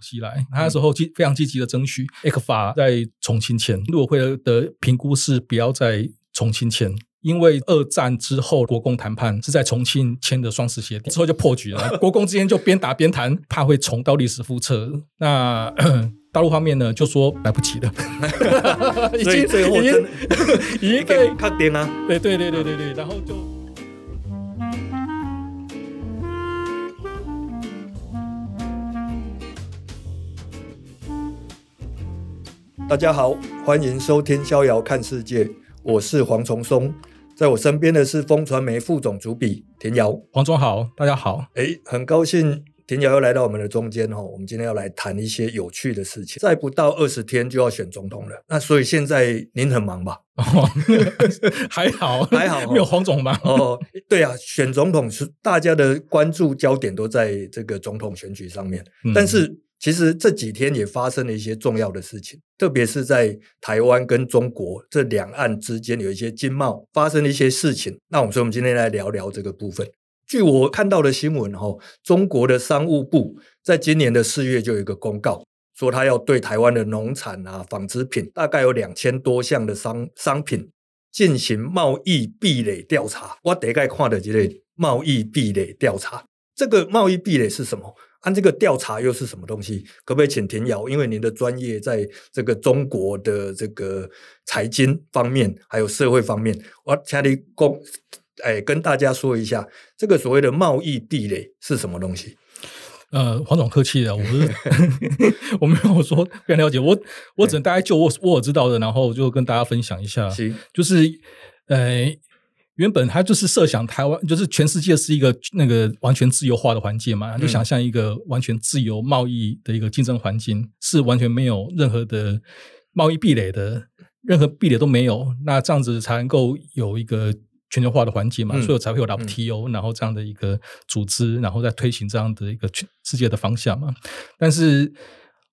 西来。嗯他那时候积非常积极的争取 e c 法在重庆签，陆委会的评估是不要在重庆签。因为二战之后，国共谈判是在重庆签的双十协定之后就破局 了，国共之间就边打边谈，怕会重蹈历史覆辙。那 大陆方面呢，就说来不及 了，已所以经最后已真经已经给被你看点啊。对对对对对对，然后就。大家好，欢迎收听《逍遥看世界》，我是黄崇松，在我身边的是风传媒副总主笔田瑶。黄总好，大家 好。 诶，很高兴田瑶又来到我们的中间哦。我们今天要来谈一些有趣的事情。再不到二十天就要选总统了，那所以现在您很忙吧？哦，还好，还好哦没有黄总忙。哦，对啊，选总统是大家的关注焦点都在这个总统选举上面，嗯但是其实这几天也发生了一些重要的事情，特别是在台湾跟中国这两岸之间有一些经贸发生了一些事情。那我们说，我们今天来聊聊这个部分。据我看到的新闻哦，中国的商务部在今年的四月就有一个公告，说他要对台湾的农产啊、纺织品，大概有两千多项的商商品进行贸易壁垒调查。我第一概看的这类贸易壁垒调查，这个贸易壁垒是什么？按、啊这个调查又是什么东西？可不可以请田瑶，因为您的专业在这个中国的这个财经方面，还有社会方面，我请你公，哎，跟大家说一下，这个所谓的贸易壁垒是什么东西？呃，黄总客气了，我不是我没有说非常了解，我我只能大概就我我知道的，然后就跟大家分享一下。行，就是呃，原本他就是设想台湾，就是全世界是一个那个完全自由化的环境嘛，就嗯想象一个完全自由贸易的一个竞争环境，是完全没有任何的贸易壁垒的，任何壁垒都没有，那这样子才能够有一个。全球化的环境嘛，嗯所以才会有 WTO，、然后这样的一个组织，然后再推行这样的一个全世界的方向嘛。但是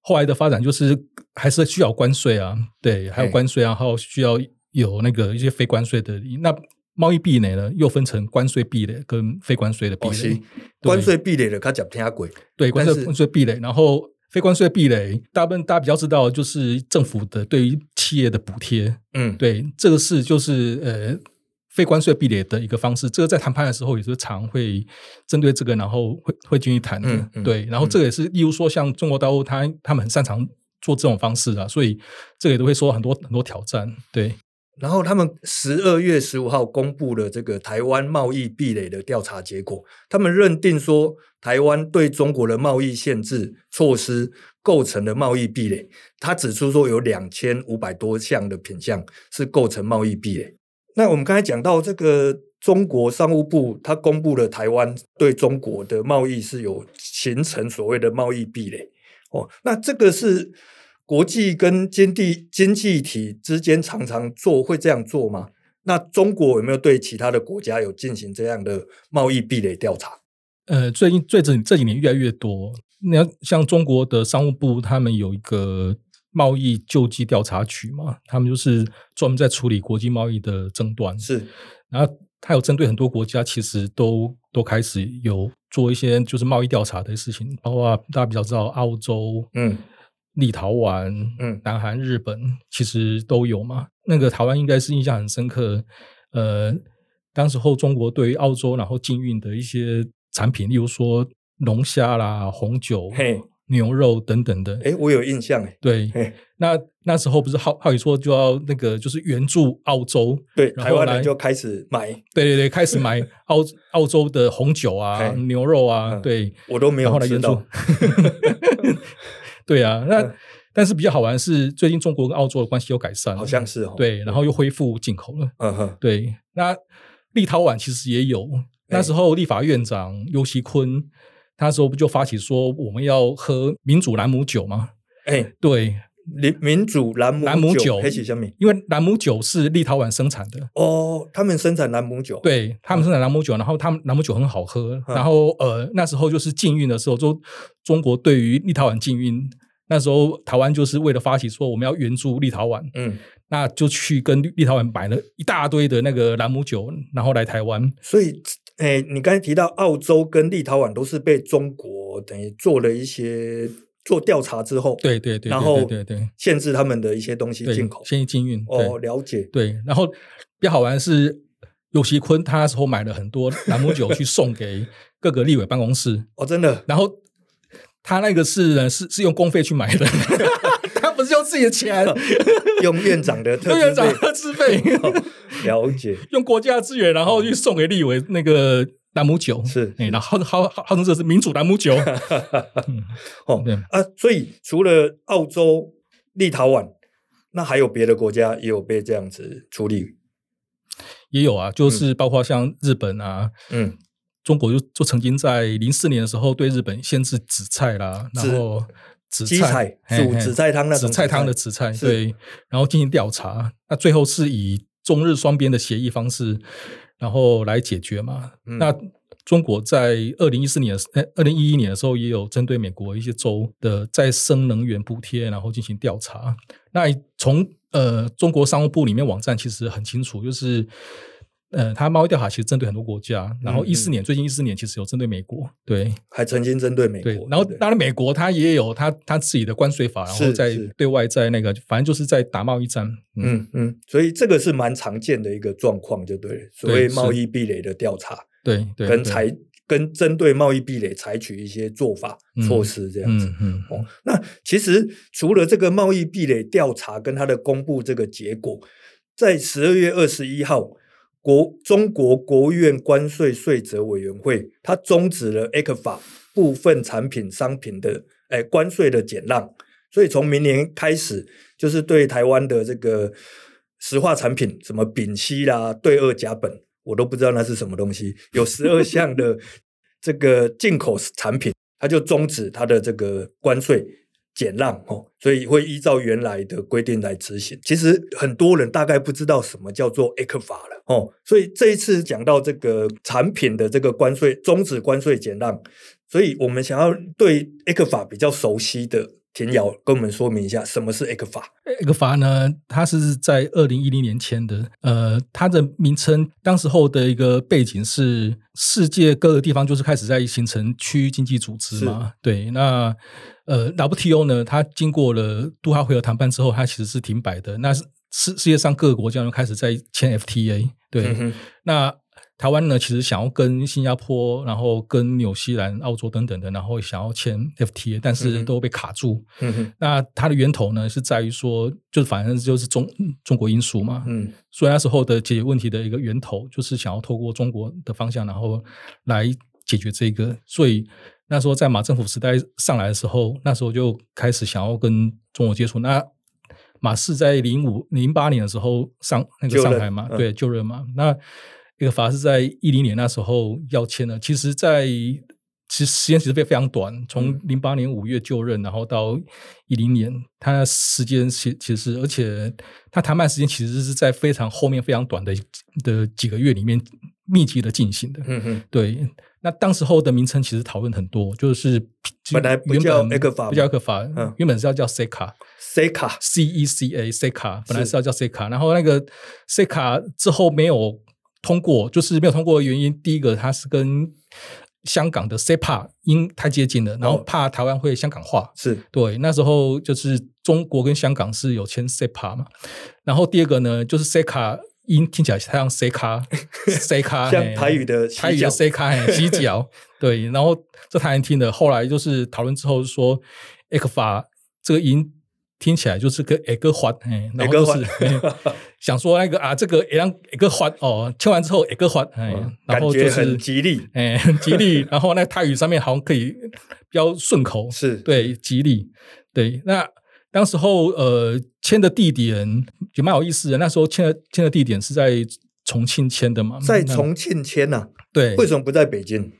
后来的发展就是还是需要关税啊，对，还有哎关税啊，然后需要有那个一些非关税的。那贸易壁垒呢，又分成关税壁垒跟非关税的壁哦，垒行。，关税壁垒的，他讲听鬼，对，关但税是关税壁垒，然后非关税壁垒，大部分大家比较知道的就是政府的对于企业的补贴，嗯，对，这个是就是呃非关税壁垒的一个方式。这个在谈判的时候也是常会针对这个，然后会会进行谈的。嗯嗯对，然后这个也是，例如说像中国大陆，他他们很擅长做这种方式啊，所以这个也都会说很多很多挑战。对，然后他们十二月十五号公布了这个台湾贸易壁垒的调查结果，他们认定说台湾对中国的贸易限制措施构成了贸易壁垒。他指出说有两千五百多项的品项是构成贸易壁垒。那我们刚才讲到这个中国商务部，它公布了台湾对中国的贸易是有形成所谓的贸易壁垒。哦，那这个是国际跟经济经济体之间常常做会这样做吗？那中国有没有对其他的国家有进行这样的贸易壁垒调查？呃，最近最近这几年越来越多。那像中国的商务部，他们有一个贸易救济调查局嘛，他们就是专门在处理国际贸易的争端。是，然后它有针对很多国家，其实都都开始有做一些就是贸易调查的事情，包括大家比较知道澳洲、嗯立陶宛、嗯南韩、日本，其实都有嘛。那个台湾应该是印象很深刻，呃，当时候中国对于澳洲然后禁运的一些产品，例如说龙虾啦、红酒嘿、牛肉等等的，诶，我有印象，诶，对嘿。那那时候不是浩浩宇说就要那个就是援助澳洲，对，然台后湾人来就开始买，对对对，开始 买澳澳洲的红酒啊嘿、牛肉啊，嗯对，我都没然后有来知援助道。。对啊，那嗯但是比较好玩的是，最近中国跟澳洲的关系有改善了，好像是哦，，对，然后又恢复进口了。嗯哼，对，那立陶宛其实也有，那时候立法院长尤熙坤，他那时候不就发起说我们要喝民主兰姆酒吗？诶，对，民民主兰姆兰姆酒黑起什么？因为兰姆酒是立陶宛生产的，哦，他们生产兰姆酒，，对他们生产朗姆酒，然后他们朗姆酒很好喝，嗯然后呃那时候就是禁运的时候，就中国对于立陶宛禁运，那时候台湾就是为了发起说我们要援助立陶宛，嗯，那就去跟立立陶宛买了一大堆的那个朗姆酒，然后来台湾。所以，哎诶，你刚才提到澳洲跟立陶宛都是被中国等于做了一些做调查之后，对对对，然后对对对限制他们的一些东西对进口。先禁运对哦，了解，对，然后比较好玩的是。尤其坤他那时候买了很多朗姆 酒去送给各个立委办公室，哦，真的，然后他那个是呢是是用公费去买 的，他不是用自己的钱，用院长的 特用院制长费，的自费，哦了解， 用国家资源，然后去送给立委那个兰姆酒，哦是哎，然后号号号称这是民主兰姆 酒，哦对啊，所以除了澳洲、立陶宛，那还有别的国家也有被这样子处理。也有啊，就是包括像日本啊。嗯，中国就就曾经在零四年的时候对日本限制紫菜啦，然紫后紫鸡菜嘿煮嘿紫菜汤那紫种菜汤的紫菜，是对，然后进行调查，那最后是以中日双边的协议方式，然后来解决嘛。嗯那中国在二零一四年的时，呃，二零一一年的时候，也有针对美国一些州的再生能源补贴，然后进行调查。那从呃中国商务部里面网站其实很清楚，就是。呃，它贸易调查其实针对很多国家，然后嗯嗯一四年、最近一四年其实有针对美国，对，还曾经针对美对国，，然后对不对当然美国它也有它它自己的关税法，然后是在是对外在那个，反正就是在打贸易战。嗯，嗯嗯，所以这个是蛮常见的一个状况，就对了。所对谓是贸易壁垒的调查，对对，跟对采跟针对贸易壁垒采取一些做法嗯措施这样子。嗯嗯哦，那其实除了这个贸易壁垒调查跟它的公布这个结果，在十二月二十一号，国中国国务院关税税则委员会，它终止了 ECFA 部分产品商品的哎关税的减让，所以从明年开始，就是对台湾的这个石化产品，什么丙烯啦、对二甲苯，我都不知道那是什么东西，有十二项的这个进口产品。它就终止它的这个关税减让哦，所以会依照原来的规定来执行。其实很多人大概不知道什么叫做 A 克法了哦，所以这一次讲到这个产品的这个关税终止关税减让，所以我们想要对 A 克法比较熟悉的田瑶跟我们说明一下什么是 A 克法。那个法呢，它是在二零一零年签的，呃，它的名称当时候的一个背景是世界各个地方就是开始在形成区域经济组织嘛，对，那呃 WTO 呢，它经过了杜哈回合谈判之后，它其实是停摆的，那是世世界上各个国家都开始在签 FTA，对，嗯哼，那台湾呢，其实想要跟新加坡，然后跟纽西兰、澳洲等等的，然后想要签 FTA，但嗯是哼都被卡住。嗯哼，那它的源头呢，是在于说，就反正就是中中国因素嘛。嗯所以那时候的解决问题的一个源头，就是想要透过中国的方向，然后来解决这个。所以那时候在马政府时代上来的时候，那时候就开始想要跟中国接触。那马氏在零五零八年的时候上那个就任上海嘛，嗯对就任嘛。那那个法是在一零年那时候要签的，其实在，其实时间其实非非常短，从嗯零八年五月就任，然后到一零年，他时间其其实而且他谈判时间其实是在非常后面非常短的的几个月里面密集的进行的。嗯哼，对，那当时候的名称其实讨论很多，就是其实本来不原叫本 ECFA 不叫 e 法，嗯原本是要叫 SECA。塞卡 C E C A C 卡，本来是要叫 C 卡，然后那个 C 卡之后没有通过，就是没有通过的原因，第一个它是跟香港的 CEPA 因太接近了，然后哦怕台湾会香港化。是对，那时候就是中国跟香港是有签 CEPA 嘛，然后第二个呢就是 C 卡音听起来像 C 卡 C 卡，像嘿台语的洗哎台语脚哦的 C 卡 很洗脚，对，然后这台人听的，后来就是讨论之后说 e c 法这个音听起来就是个 e 个环，哎，然后就是嘿想说那个啊，这个 e 让 e 个环哦，签完之后 e 个环，哎嗯，然感后就觉是很吉利，哎，很吉利，然后那台语上面好像可以比较顺口，是对，吉利，对，那。当时候，呃，签的地点也蛮有意思的。那时候签的签的地点是在重庆签的嘛，在那重庆啊签呐、对，为什么不在北京？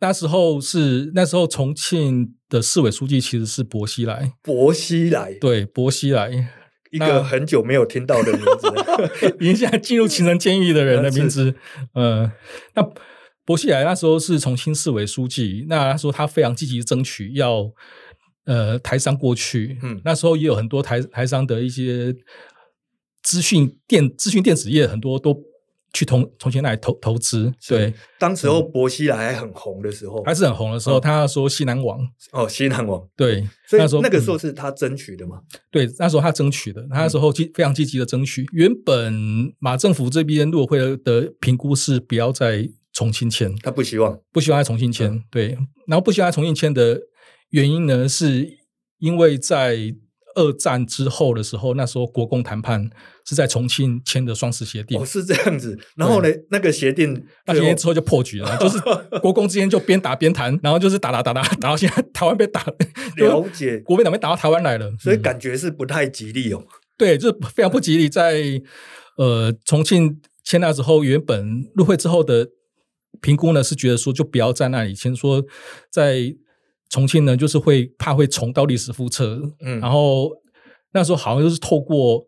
那时候是那时候重庆的市委书记其实是薄熙来，薄熙来，对，薄熙来， 一个很久没有听到的名字。影响进入情人监狱的人的名字，呃，那薄熙来那时候是重庆市委书记，那那时候他非常积极争取要呃台商过去，嗯那时候也有很多台台商的一些资讯电资讯电子业很多都去重重新来投投资，对，当时候薄熙来还很红的时候，还是很红的时候，哦他说西南王，哦西南王，对，所以那时候那个嗯时候是他争取的嘛，对，那时候他争取的，嗯他那时候积非常积极的争取。原本马政府这边陆委会的评估是不要再重新签，他不希望不希望再重新签。嗯对，然后不希望再重新签的原因呢，是因为在二战之后的时候，那时候国共谈判是在重庆签的双十协定哦，是这样子。然后呢，那个协定 那最几后年之后就破局了， 就是国共之间就边打边谈，然后就是打打打打打到现在台湾被打，了解，国民党被打到台湾来了，所以嗯感觉是不太吉利哦。对，就是非常不吉利。在呃重庆签那之后，原本入会之后的评估呢是觉得说就不要在那里签，说在重庆呢就是会怕会重蹈历史覆辙。嗯然后那时候好像就是透过。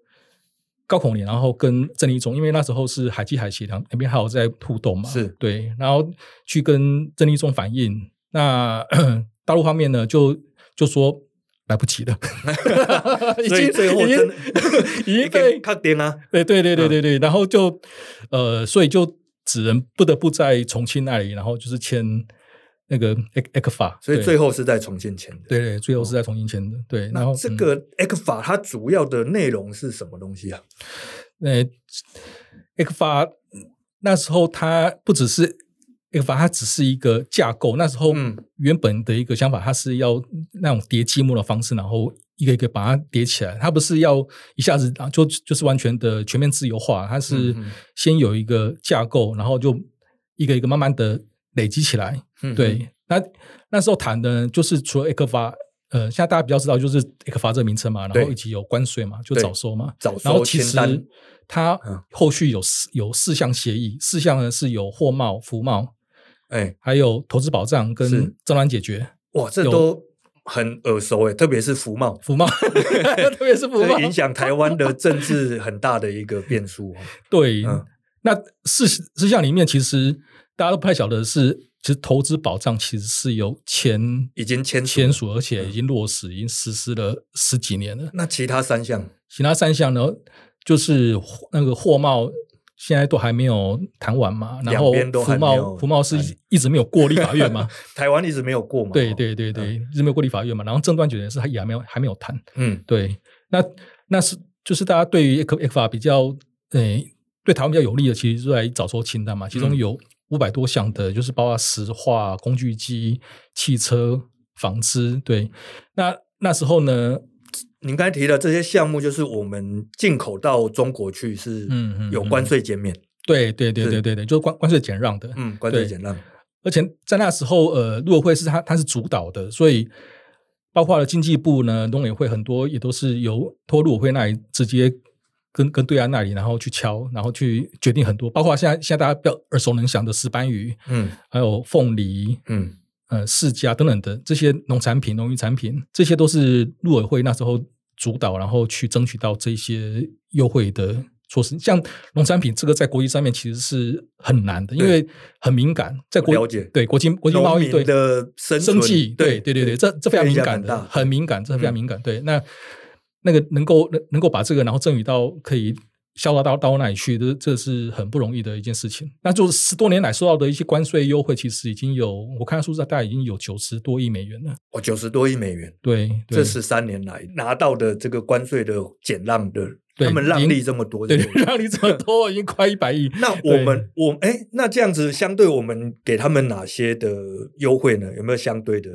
高孔林，然后跟郑立忠，因为那时候是海基海协两两边还有在互动嘛，是对，然后去跟郑立忠反映。那 大陆方面呢，就就说来不及了， 已 所以经最后已经真的 已 经给被卡点啊，对对对对对对，然后就呃，所以就只能不得不在重庆那里，然后就是签那个 A A 克法，所以对最后是在重建前的。对对，最后是在重庆签的，对，然那后这嗯个 A 克法它主要的内容是什么东西啊？呃 a 克法那时候它不只是 a 克法，它只是一个架构，那时候嗯原本的一个想法，它是要那种叠积木的方式，然后。一个一个把它叠起来，它不是要一下子啊就就是完全的全面自由化，它是嗯嗯先有一个架构，然后就一个一个慢慢的累积起来。嗯对，那那时候谈的就是除了 A 克法，呃，现在大家比较知道就是 A 克法这个名称嘛，然后对以及有关税嘛，就对早收嘛，早然后收其签实单，它嗯后续有四有四项协议，四项呢是有货贸、服贸，哎，还有投资保障跟是争端解决。哇，这都很耳熟哎，特别是服贸，服 贸，特别是服这贸个，影响台湾的政治很大的一个变数 哦。对，嗯那事事项里面其实大家都不太晓得是，其实投资保障其实是由前已经签署了嗯签署，而且已经落实，已经实施了十几年了。那其他三项其他三项呢，就是货那个货贸。现在都还没有谈完嘛，然后两边都还服没有贸服贸是谈一直没有过立法院嘛，台湾一直没有过嘛？对哦，对对对，一直没有过立法院嘛，然后争端解决是还也还没有还没有谈，嗯，对，那那是就是大家对于 ECFA e c 比较，诶、对台湾比较有利的，其实就在早收清单嘛，其中嗯有五百多项的，就是包括石化、工具机、汽车、纺织，对，那那时候呢，您刚才提的这些项目，就是我们进口到中国去是嗯嗯有关税减免，对对对是对对对，就是关关税减让的，嗯，关税对减让，而且在那时候，呃，陆委会是他他是主导的，所以包括了经济部呢，农委会很多也都是由托陆委会那里直接跟跟对岸那里，然后去敲，然后去决定很多，包括现在现在大家比较耳熟能详的石斑鱼，嗯还有凤梨。嗯，呃，释迦等等的这些农产品、农渔产品，这些都是陆委会那时候主导，然后去争取到这些优惠的措施。像农产品这个，在国际上面其实是很难的，因为很敏感，在国了解对国际国际贸农易民对的生生存计，对对对对，这这非常影敏响感很的，大嗯很敏感，这非常敏感。对，那那个能够能能够把这个然后赠予到可以销到到到那里去，这这是很不容易的一件事情。那就是十多年来收到的一些关税优惠，其实已经有我看数字大概已经有九十多亿美元了。我哦九十多亿美元，对，对这十三年来拿到的这个关税的减让的，对他们让零利这么多，对对不对， 对让你这么多，已经快一百亿。那我们我哎，那这样子相对我们给他们哪些的优惠呢？有没有相对的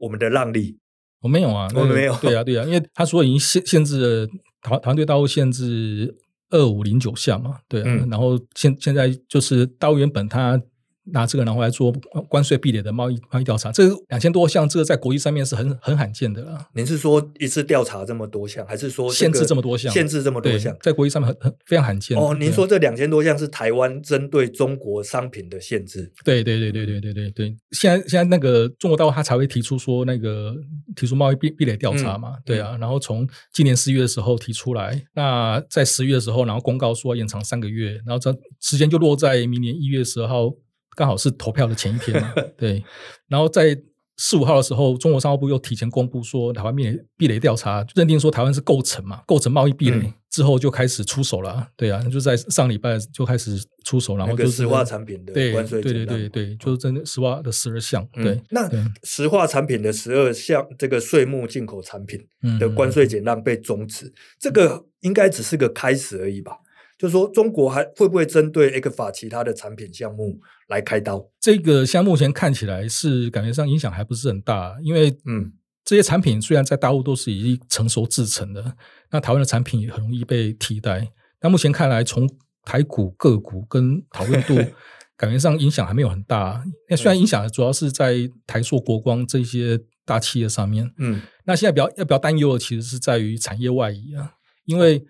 我们的让利？我没有啊，我那个没有对啊，对啊，因为他说已经限限制了台湾台湾对大陆限制二五零九项嘛，对啊，嗯然后现现在就是大陆原本他拿这个然后来做关税壁垒的贸易贸易调查，这两千多项，这个在国际上面是很很罕见的啦，您是说一次调查这么多项，还是说限制个这么多项限制这么多对项，？在国际上面很很非常罕见哦，对啊您说这两千多项是台湾针对中国商品的限制，对对对对对对对对，现在现在那个中国大陆他才会提出说那个提出贸易壁壁垒调嗯查嘛，对啊，然后从今年四月的时候提出来，那在十月的时候，然后公告说要延长三个月，然后这时间就落在明年一月十二号，刚好是投票的前一天 嘛，对，然后在。四五号的时候，中国商务部又提前公布说，台湾壁垒壁垒调查认定说台湾是构成嘛，构成贸易壁垒，嗯之后就开始出手了，对啊，就在上礼拜就开始出手，然后那就个是石化产品的对关税嗯对对减让对对，就是真的石化的十二项，嗯对，那对石化产品的十二项这个税目进口产品嗯的关嗯税减让被终止，这个应该只是个开始而已吧？就是说，中国还会不会针对 A 克法其他的产品项目来开刀？这个现在目前看起来是感觉上影响还不是很大，因为嗯，这些产品虽然在大陆都是已经成熟制成的，那台湾的产品也很容易被替代。那目前看来，从台股个股跟讨论 度，感觉上影响还没有很大。那嗯虽然影响的主要是在台塑、国光这些大企业上面，嗯，那现在比较要比较担忧的，其实是在于产业外移啊，因为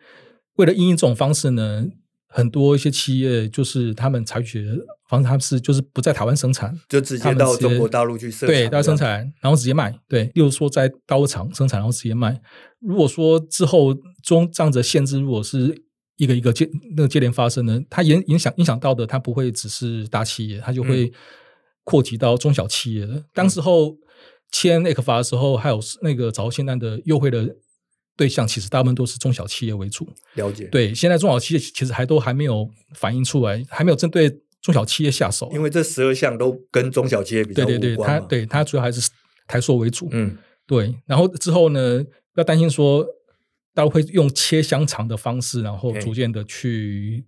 为了因应这种方式呢，很多一些企业就是他们采取的方式，他们是就是不在台湾生产，就直他接们到直接中国大陆去生产，对，大家生。产，然后直接卖。对，例如说在刀厂生产，然后直接卖。如果说之后中这样子的限制，如果是一个一个接那个接连发生呢，它影影响影响到的，它不会只是大企业，它就嗯会扩及到中小企业的。当时候签那个法的时候，还有那个找现在的优惠的对象，其实大部分都是中小企业为主。了解，，对，现在中小企业其实还都还没有反映出来，还没有针对中小企业下手。因为这十二项都跟中小企业比较对无对对，关嘛它，对它主要还是台塑为主。嗯，对，然后之后呢，不要担心说大陆会用切香肠的方式，然后嘿逐渐的去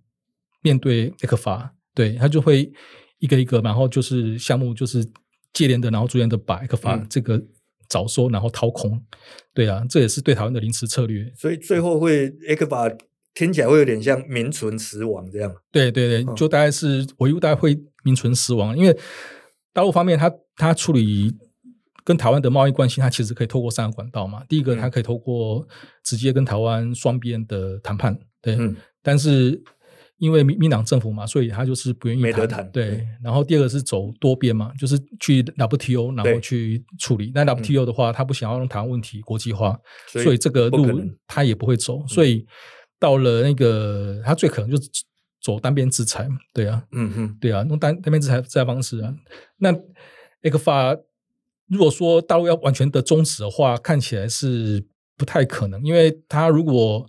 面对那个法，对他就会一个一个，然后就是项目就是接连的，然后逐渐的把一个法嗯这个早收，然后掏空，对啊，这也是对台湾的临时策略。所以最后会 A 克法听起来会有点像名存实亡这样。对对对，嗯就大概是我又大概会名存实亡，因为大陆方面它它处理跟台湾的贸易关系，它其实可以透过三个管道嘛。第一个，嗯它可以透过直接跟台湾双边的谈判，对。嗯，但是因为民民党政府嘛，所以他就是不愿意没得谈对，对然后第二个是走多边嘛，就是去 WTO 然后对嗯去处理。那 WTO 的话，他不想要让台湾问题国际化，所以所以这个不可路能嗯他也不会走。所以到了那个，他最可能就是走单边制裁嘛，对啊，嗯嗯，对啊，用单单边制裁制裁方式啊。那 A 克法如果说大陆要完全的终止的话，看起来是不太可能，因为它如果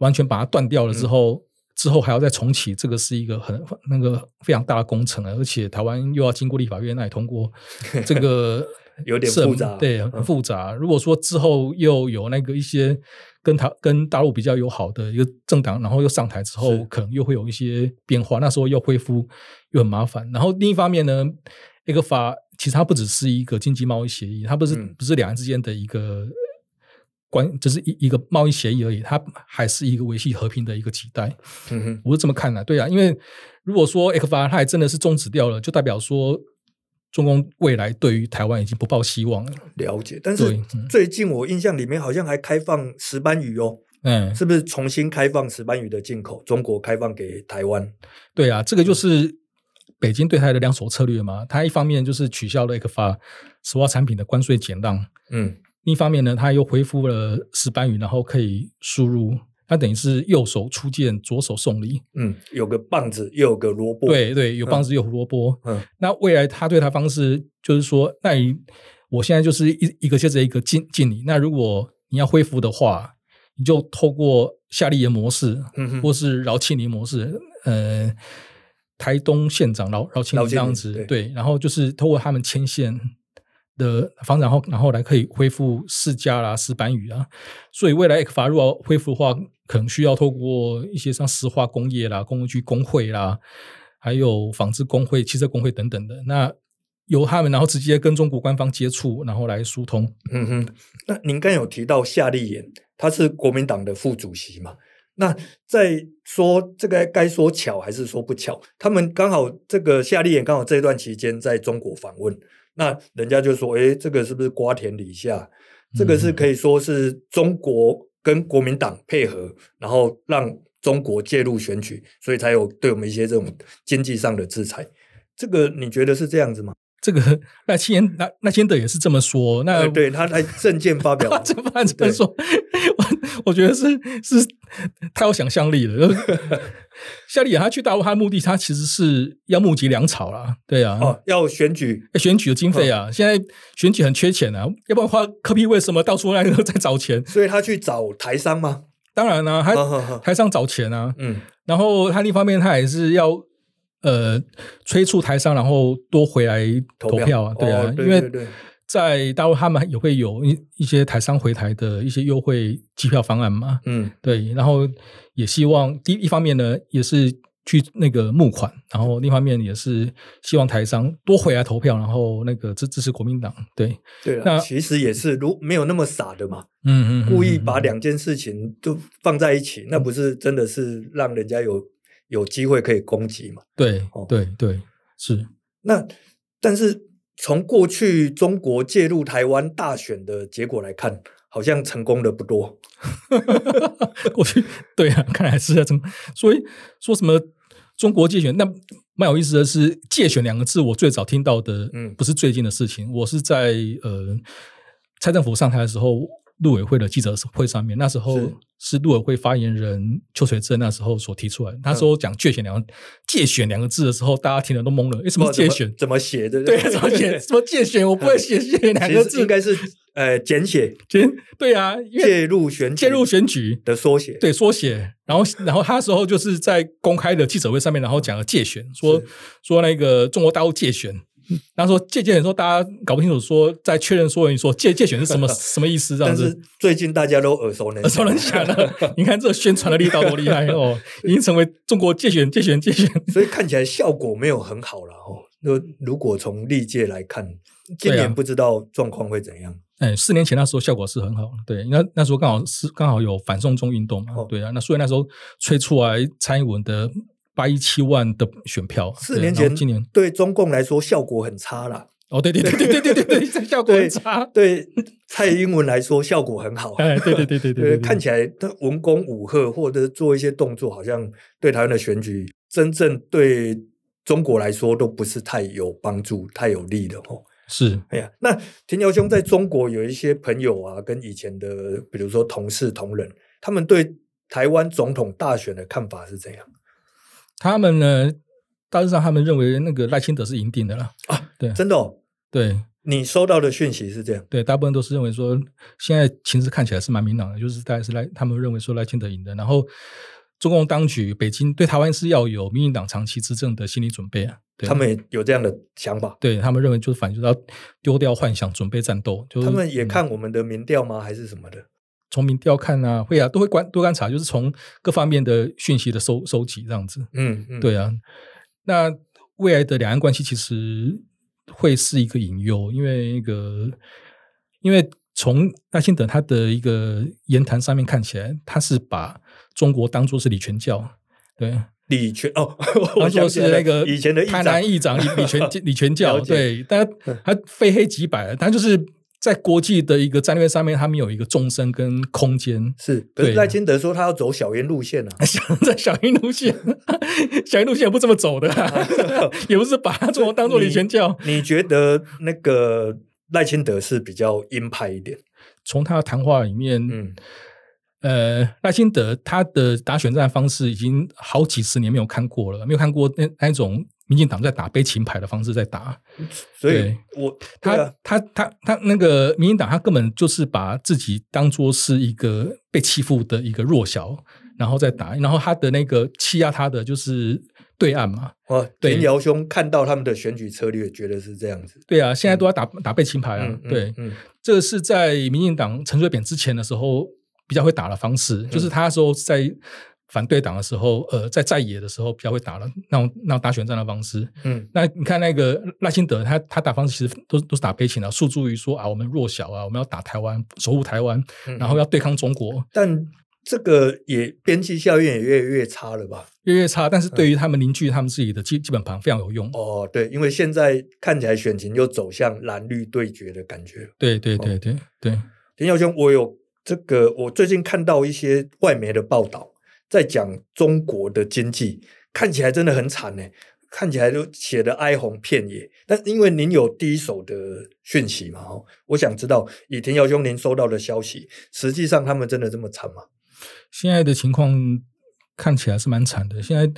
完全把它断掉了嗯之后，之后还要再重启，这个是一个很那个非常大的工程啊，而且台湾又要经过立法院那里通过，这个 有点是很复杂对，嗯很复杂。如果说之后又有那个一些跟台跟大陆比较友好的一个政党，然后又上台之后是，可能又会有一些变化，那时候又恢复又很麻烦。然后另一方面呢，一个法其实它不只是一个经济贸易协议，它不是、嗯不是两岸之间的一个。关就是一一个贸易协议而已，它还是一个维系和平的一个期待。嗯哼，我是这么看的、对啊，因为如果说 A 克法它还真的是终止掉了，就代表说中共未来对于台湾已经不抱希望了。了解。但对是嗯最近我印象里面好像还开放石斑鱼哦，嗯，是不是重新开放石斑鱼的进口？中国开放给台湾，对啊，这个嗯就是北京对台的两手策略嘛。它一方面就是取消了 A 克法石化产品的关税减让，嗯，另一方面呢，它又恢复了石斑鱼，然后可以输入。它等于是右手出剑，左手送礼。嗯，有个棒子，又有个萝卜，，对对，有棒子有胡萝卜。哦嗯那未来他对他方式就是说，那你我现在就是一一个接着一个进进你，那如果你要恢复的话，你就透过夏立言模式，嗯哼或是饶庆林模式，呃，台东县长饶饶庆饶林庆这样林子，对对，然后就是透过他们牵线。的房子，然后然后来可以恢复世家啦、石板语啊，所以未来 A 克法如果要恢复的话，可能需要透过一些像石化工业啦、工业区工会啦，还有纺织工会、汽车工会等等的，那由他们然后直接跟中国官方接触，然后来疏通。嗯哼。那您刚有提到夏立言，他是国民党的副主席嘛？那在说这个该说巧还是说不巧？他们刚好这个夏立言刚好这段期间在中国访问，那人家就说：“诶，这个是不是瓜田李下？这个是可以说是中国跟国民党配合，然后让中国介入选举，所以才有对我们一些这种经济上的制裁。这个你觉得是这样子吗？这个 赖清言赖赖清德也是这么说，那、呃，对他在政见发表 这番这么说，我我觉得是是太有想象力了。就是 夏立言他去大陆，他的目的他其实是要募集粮草啦，对啊。哦，嗯要选举，欸选举的经费啊，现在选举很缺钱啊，要不然花科比为什么到处那个在找钱？所以他去找台商吗？当然呢、 他呵呵呵台商找钱啊，嗯然后他另一方面他也是要呃催促台商，然后多回来投投票票啊，对啊，哦对因对对为在大陆他们也会有一一些台商回台的一些优惠机票方案嘛，嗯，对，然后也希望第一方面呢也是去那个募款，然后另一方面也是希望台商多回来投票，然后那个支支持国民党，对，对了，那其实也是如没有那么傻的嘛，嗯嗯，嗯故意嗯把两件事情都放在一起，那不是真的是让人家有有机会可以攻击嘛？对哦对对是，那但是从过去中国介入台湾大选的结果来看，好像成功的不多。 过去对啊，看来是在中，所以说什么中国借选，那蛮有意思的是“借选”两个字，我最早听到的，嗯嗯，不是最近的事情，我是在呃蔡政府上台的时候，陆委会的记者会上面，那时候是是陆委会发言人邱垂正那时候所提出来的，那时嗯候讲“借选”两个“借选”两个字的时候，大家听了都懵了，诶，什么是借选？ 怎么写的？对，什么 借什么借选？我不会写“借选”两个其实字应，该是呃简写先对啊，因为介入选举介入选举，的缩写。对缩写，然后然后他那时候就是在公开的记者会上面，然后讲了借选，说是嗯说那个中国大陆借选，然后说借借选说大家搞不清楚，说在确认说明说借借选是什 么什么意思这样但子 是。最近大家都耳熟能耳熟能详了，你看这宣传的 力道多厉害哦！已经成为中国借选、借选、借选。 所以看起来效果没有很好了哦。那如果从历届来看，今对啊年不知道状况会怎样。哎，四年前那时候效果是很好，对，那那时候刚好是刚好有反送中运动嘛哦，对啊，那所以那时候吹出来蔡英文的八一七万的选票，四对年然后前，今年对中共来说效果很差啦，哦，对对对对对对对对，这效果很差。 对蔡英文来说效果很好。哎，对对对对对对，呃看起来他文攻武赫或者做一些动作，好像对台湾的选举真正对中国来说都不是太有帮助、太有利的哦。是哎呀，那田桥兄在中国有一些朋友啊，跟以前的比如说同事同仁，他们对台湾总统大选的看法是怎样？他们呢，大致上他们认为那个赖清德是赢定的啦。真的、哦，对你收到的讯息是这样？对，大部分都是认为说，现在情势看起来是蛮明朗的，就是大概是赖他们认为说赖清德赢的，然后中共当局北京对台湾是要有民进党长期执政的心理准备啊。对他们也有这样的想法？对他们认为就是反正就是要丢掉幻想，准备战斗。就是他们也嗯看我们的民调吗？还是什么的？从民调看啊，会啊，都会观多观察，就是从各方面的讯息的收收集这样子。嗯，嗯，对啊，那未来的两岸关系其实会是一个隐忧，因为那个，因为从赖清德他的一个言谈上面看起来，他是把中国当做是李全教，对，李全哦， 我当想做是起来了那个 以前的议台长南议长李李 全李全教，了解嗯对， 但他他非黑即白，他就是在国际的一个战略上面，他们有一个纵深跟空间，是，可是对。赖清德说他要走小烟路线 啊想在小英路线， 小英路线不这么走的、 啊，也不是把它中国当做李全教。你觉得那个赖清德是比较鹰派一点？从他的谈话里面，嗯，呃，赖清德他的打选战方式已经好几十年没有看过了，没有看过那那一种民进党在打背琴牌的方式在打。所以对我他、对啊他他他那个民进党，他根本就是把自己当做是一个被欺负的一个弱小，然后再打。然后他的那个欺压他的就是对岸嘛，哇，对哦田瑶兄看到他们的选举策略，觉得是这样子。对啊，现在都要打、打背琴牌啊，嗯，嗯对。嗯，这个是在民进党陈水扁之前的时候比较会打的方式，嗯就是他那时候在反对党的时候，呃，在在野的时候比较会打的那种那种打选战的方式。嗯，那你看那个赖清德，他他打方式其实都是都是打悲情的，诉诸于说啊，我们弱小啊，我们要打台湾，守护台湾，嗯然后要对抗中国，但这个也边际效应也越来越差了吧？越来越差。但是对于他们邻居他们自己的基基本盘非常有用。嗯哦，对，因为现在看起来选情又走向蓝绿对决的感觉了。对对对对对，田小兄，我有这个，我最近看到一些外媒的报道，在讲中国的经济，看起来真的很惨呢，看起来都写的哀鸿遍野。但因为您有第一手的讯息嘛，哦，我想知道，以田小兄您收到的消息，实际上他们真的这么惨吗？现在的情况看起来是蛮惨的。现在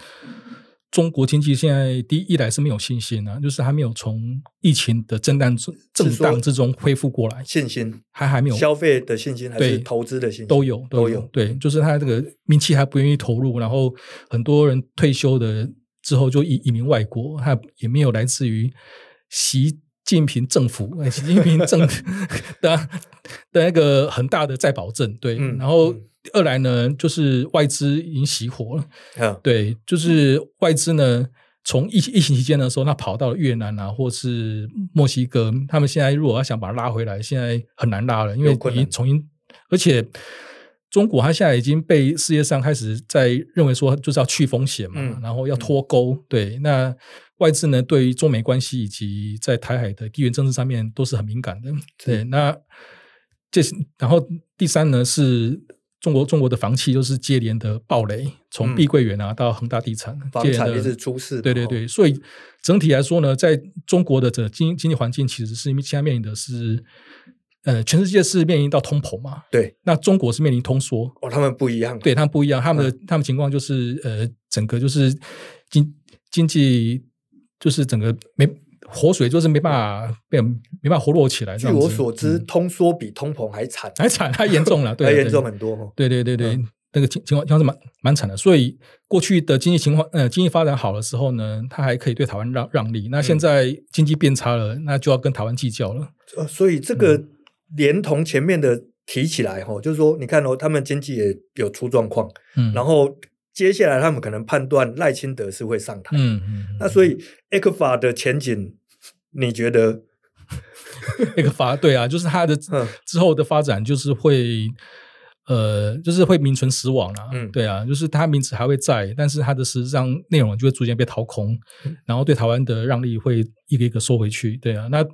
中国经济现在第一一来是没有信心啊，就是还没有从疫情的震荡之震荡之中恢复过来，信心还还没有消费的信心还是对投资的信心都有都有有，对，就是他这个民企还不愿意投入，然后很多人退休的之后就移移民外国，他也没有来自于习近平政府，呃习近平政 的的那个很大的再保证，对，嗯然后嗯二来呢，就是外资已经熄火了，嗯对，就是外资呢，从疫情疫情期间的时候，那跑到了越南啊，或是墨西哥，他们现在如果要想把它拉回来，现在很难拉了，因为有困已经难重新，而且中国它现在已经被世界上开始在认为说，就是要去风险嘛，嗯然后要脱钩。对，那外资呢，对于中美关系以及在台海的地缘政治上面都是很敏感的。对，那这是然后第三呢是中国中国的房企就是接连的暴雷，从嗯碧桂园啊到恒大地产，房接连产的一直出事嘛对对哦对，所以整体来说呢，在中国的这经经济环境其实是因为现在面临的是，呃，全世界是面临到通膨嘛，对，那中国是面临通缩，哦，他们不一样，对他们不一样，他们的、嗯他们情况就是呃，整个就是经经济就是整个没活水，就是没办法没没办法活络起来。这据样我子所知，嗯通缩比通膨还惨，还惨，还严重 了，对啊，还对严重很多哦。对对对对，那个情情况情况是蛮蛮惨的。所以过去的经济情况，呃，经济发展好的时候呢，它还可以对台湾让让利。那现嗯在经济变差了，那就要跟台湾计较了。呃，所以这个嗯连同前面的提起来哈、哦，就是说，你看哦，他们经济也有出状况，嗯，然后接下来他们可能判断赖清德是会上台，嗯嗯，那所以 ECFA 的前景，你觉得？ 那个发对啊，就是它的嗯之后的发展就是会。呃，就是会名存实亡啊，嗯对啊，就是它名字还会在，但是它的实质上内容就会逐渐被掏空，嗯然后对台湾的让利会一个一个收回去，对啊，那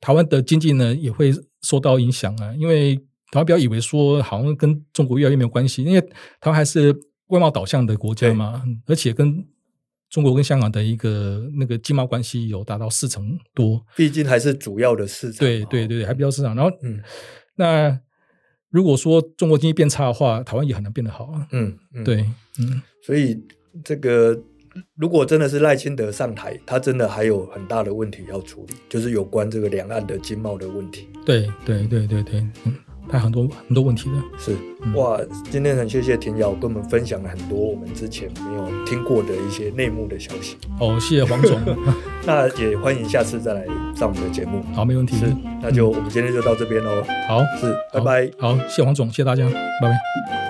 台湾的经济呢也会受到影响啊，因为台湾不要以为说好像跟中国越来越没有关系，因为台湾还是外贸导向的国家嘛，而且跟中国跟香港的一个那个经贸关系有达到四成多，毕竟还是主要的市场对嘛，对哦，对，对还比较市场。然后，嗯那如果说中国经济变差的话，台湾也很难变得好啊。嗯嗯，，对，嗯，所以这个。如果真的是赖清德上台，他真的还有很大的问题要处理，就是有关这个两岸的经贸的问题。对对对对对，嗯，它很多很多问题的。是嗯哇，今天很谢谢田瑶跟我们分享了很多我们之前没有听过的一些内幕的消息。哦，谢谢黄 总，那也欢迎下次再来上我们的节目。好，没问题。是，那就我们今天就到这边喽。好，是，拜嗯好拜。好，谢谢黄总，谢谢大家，拜拜。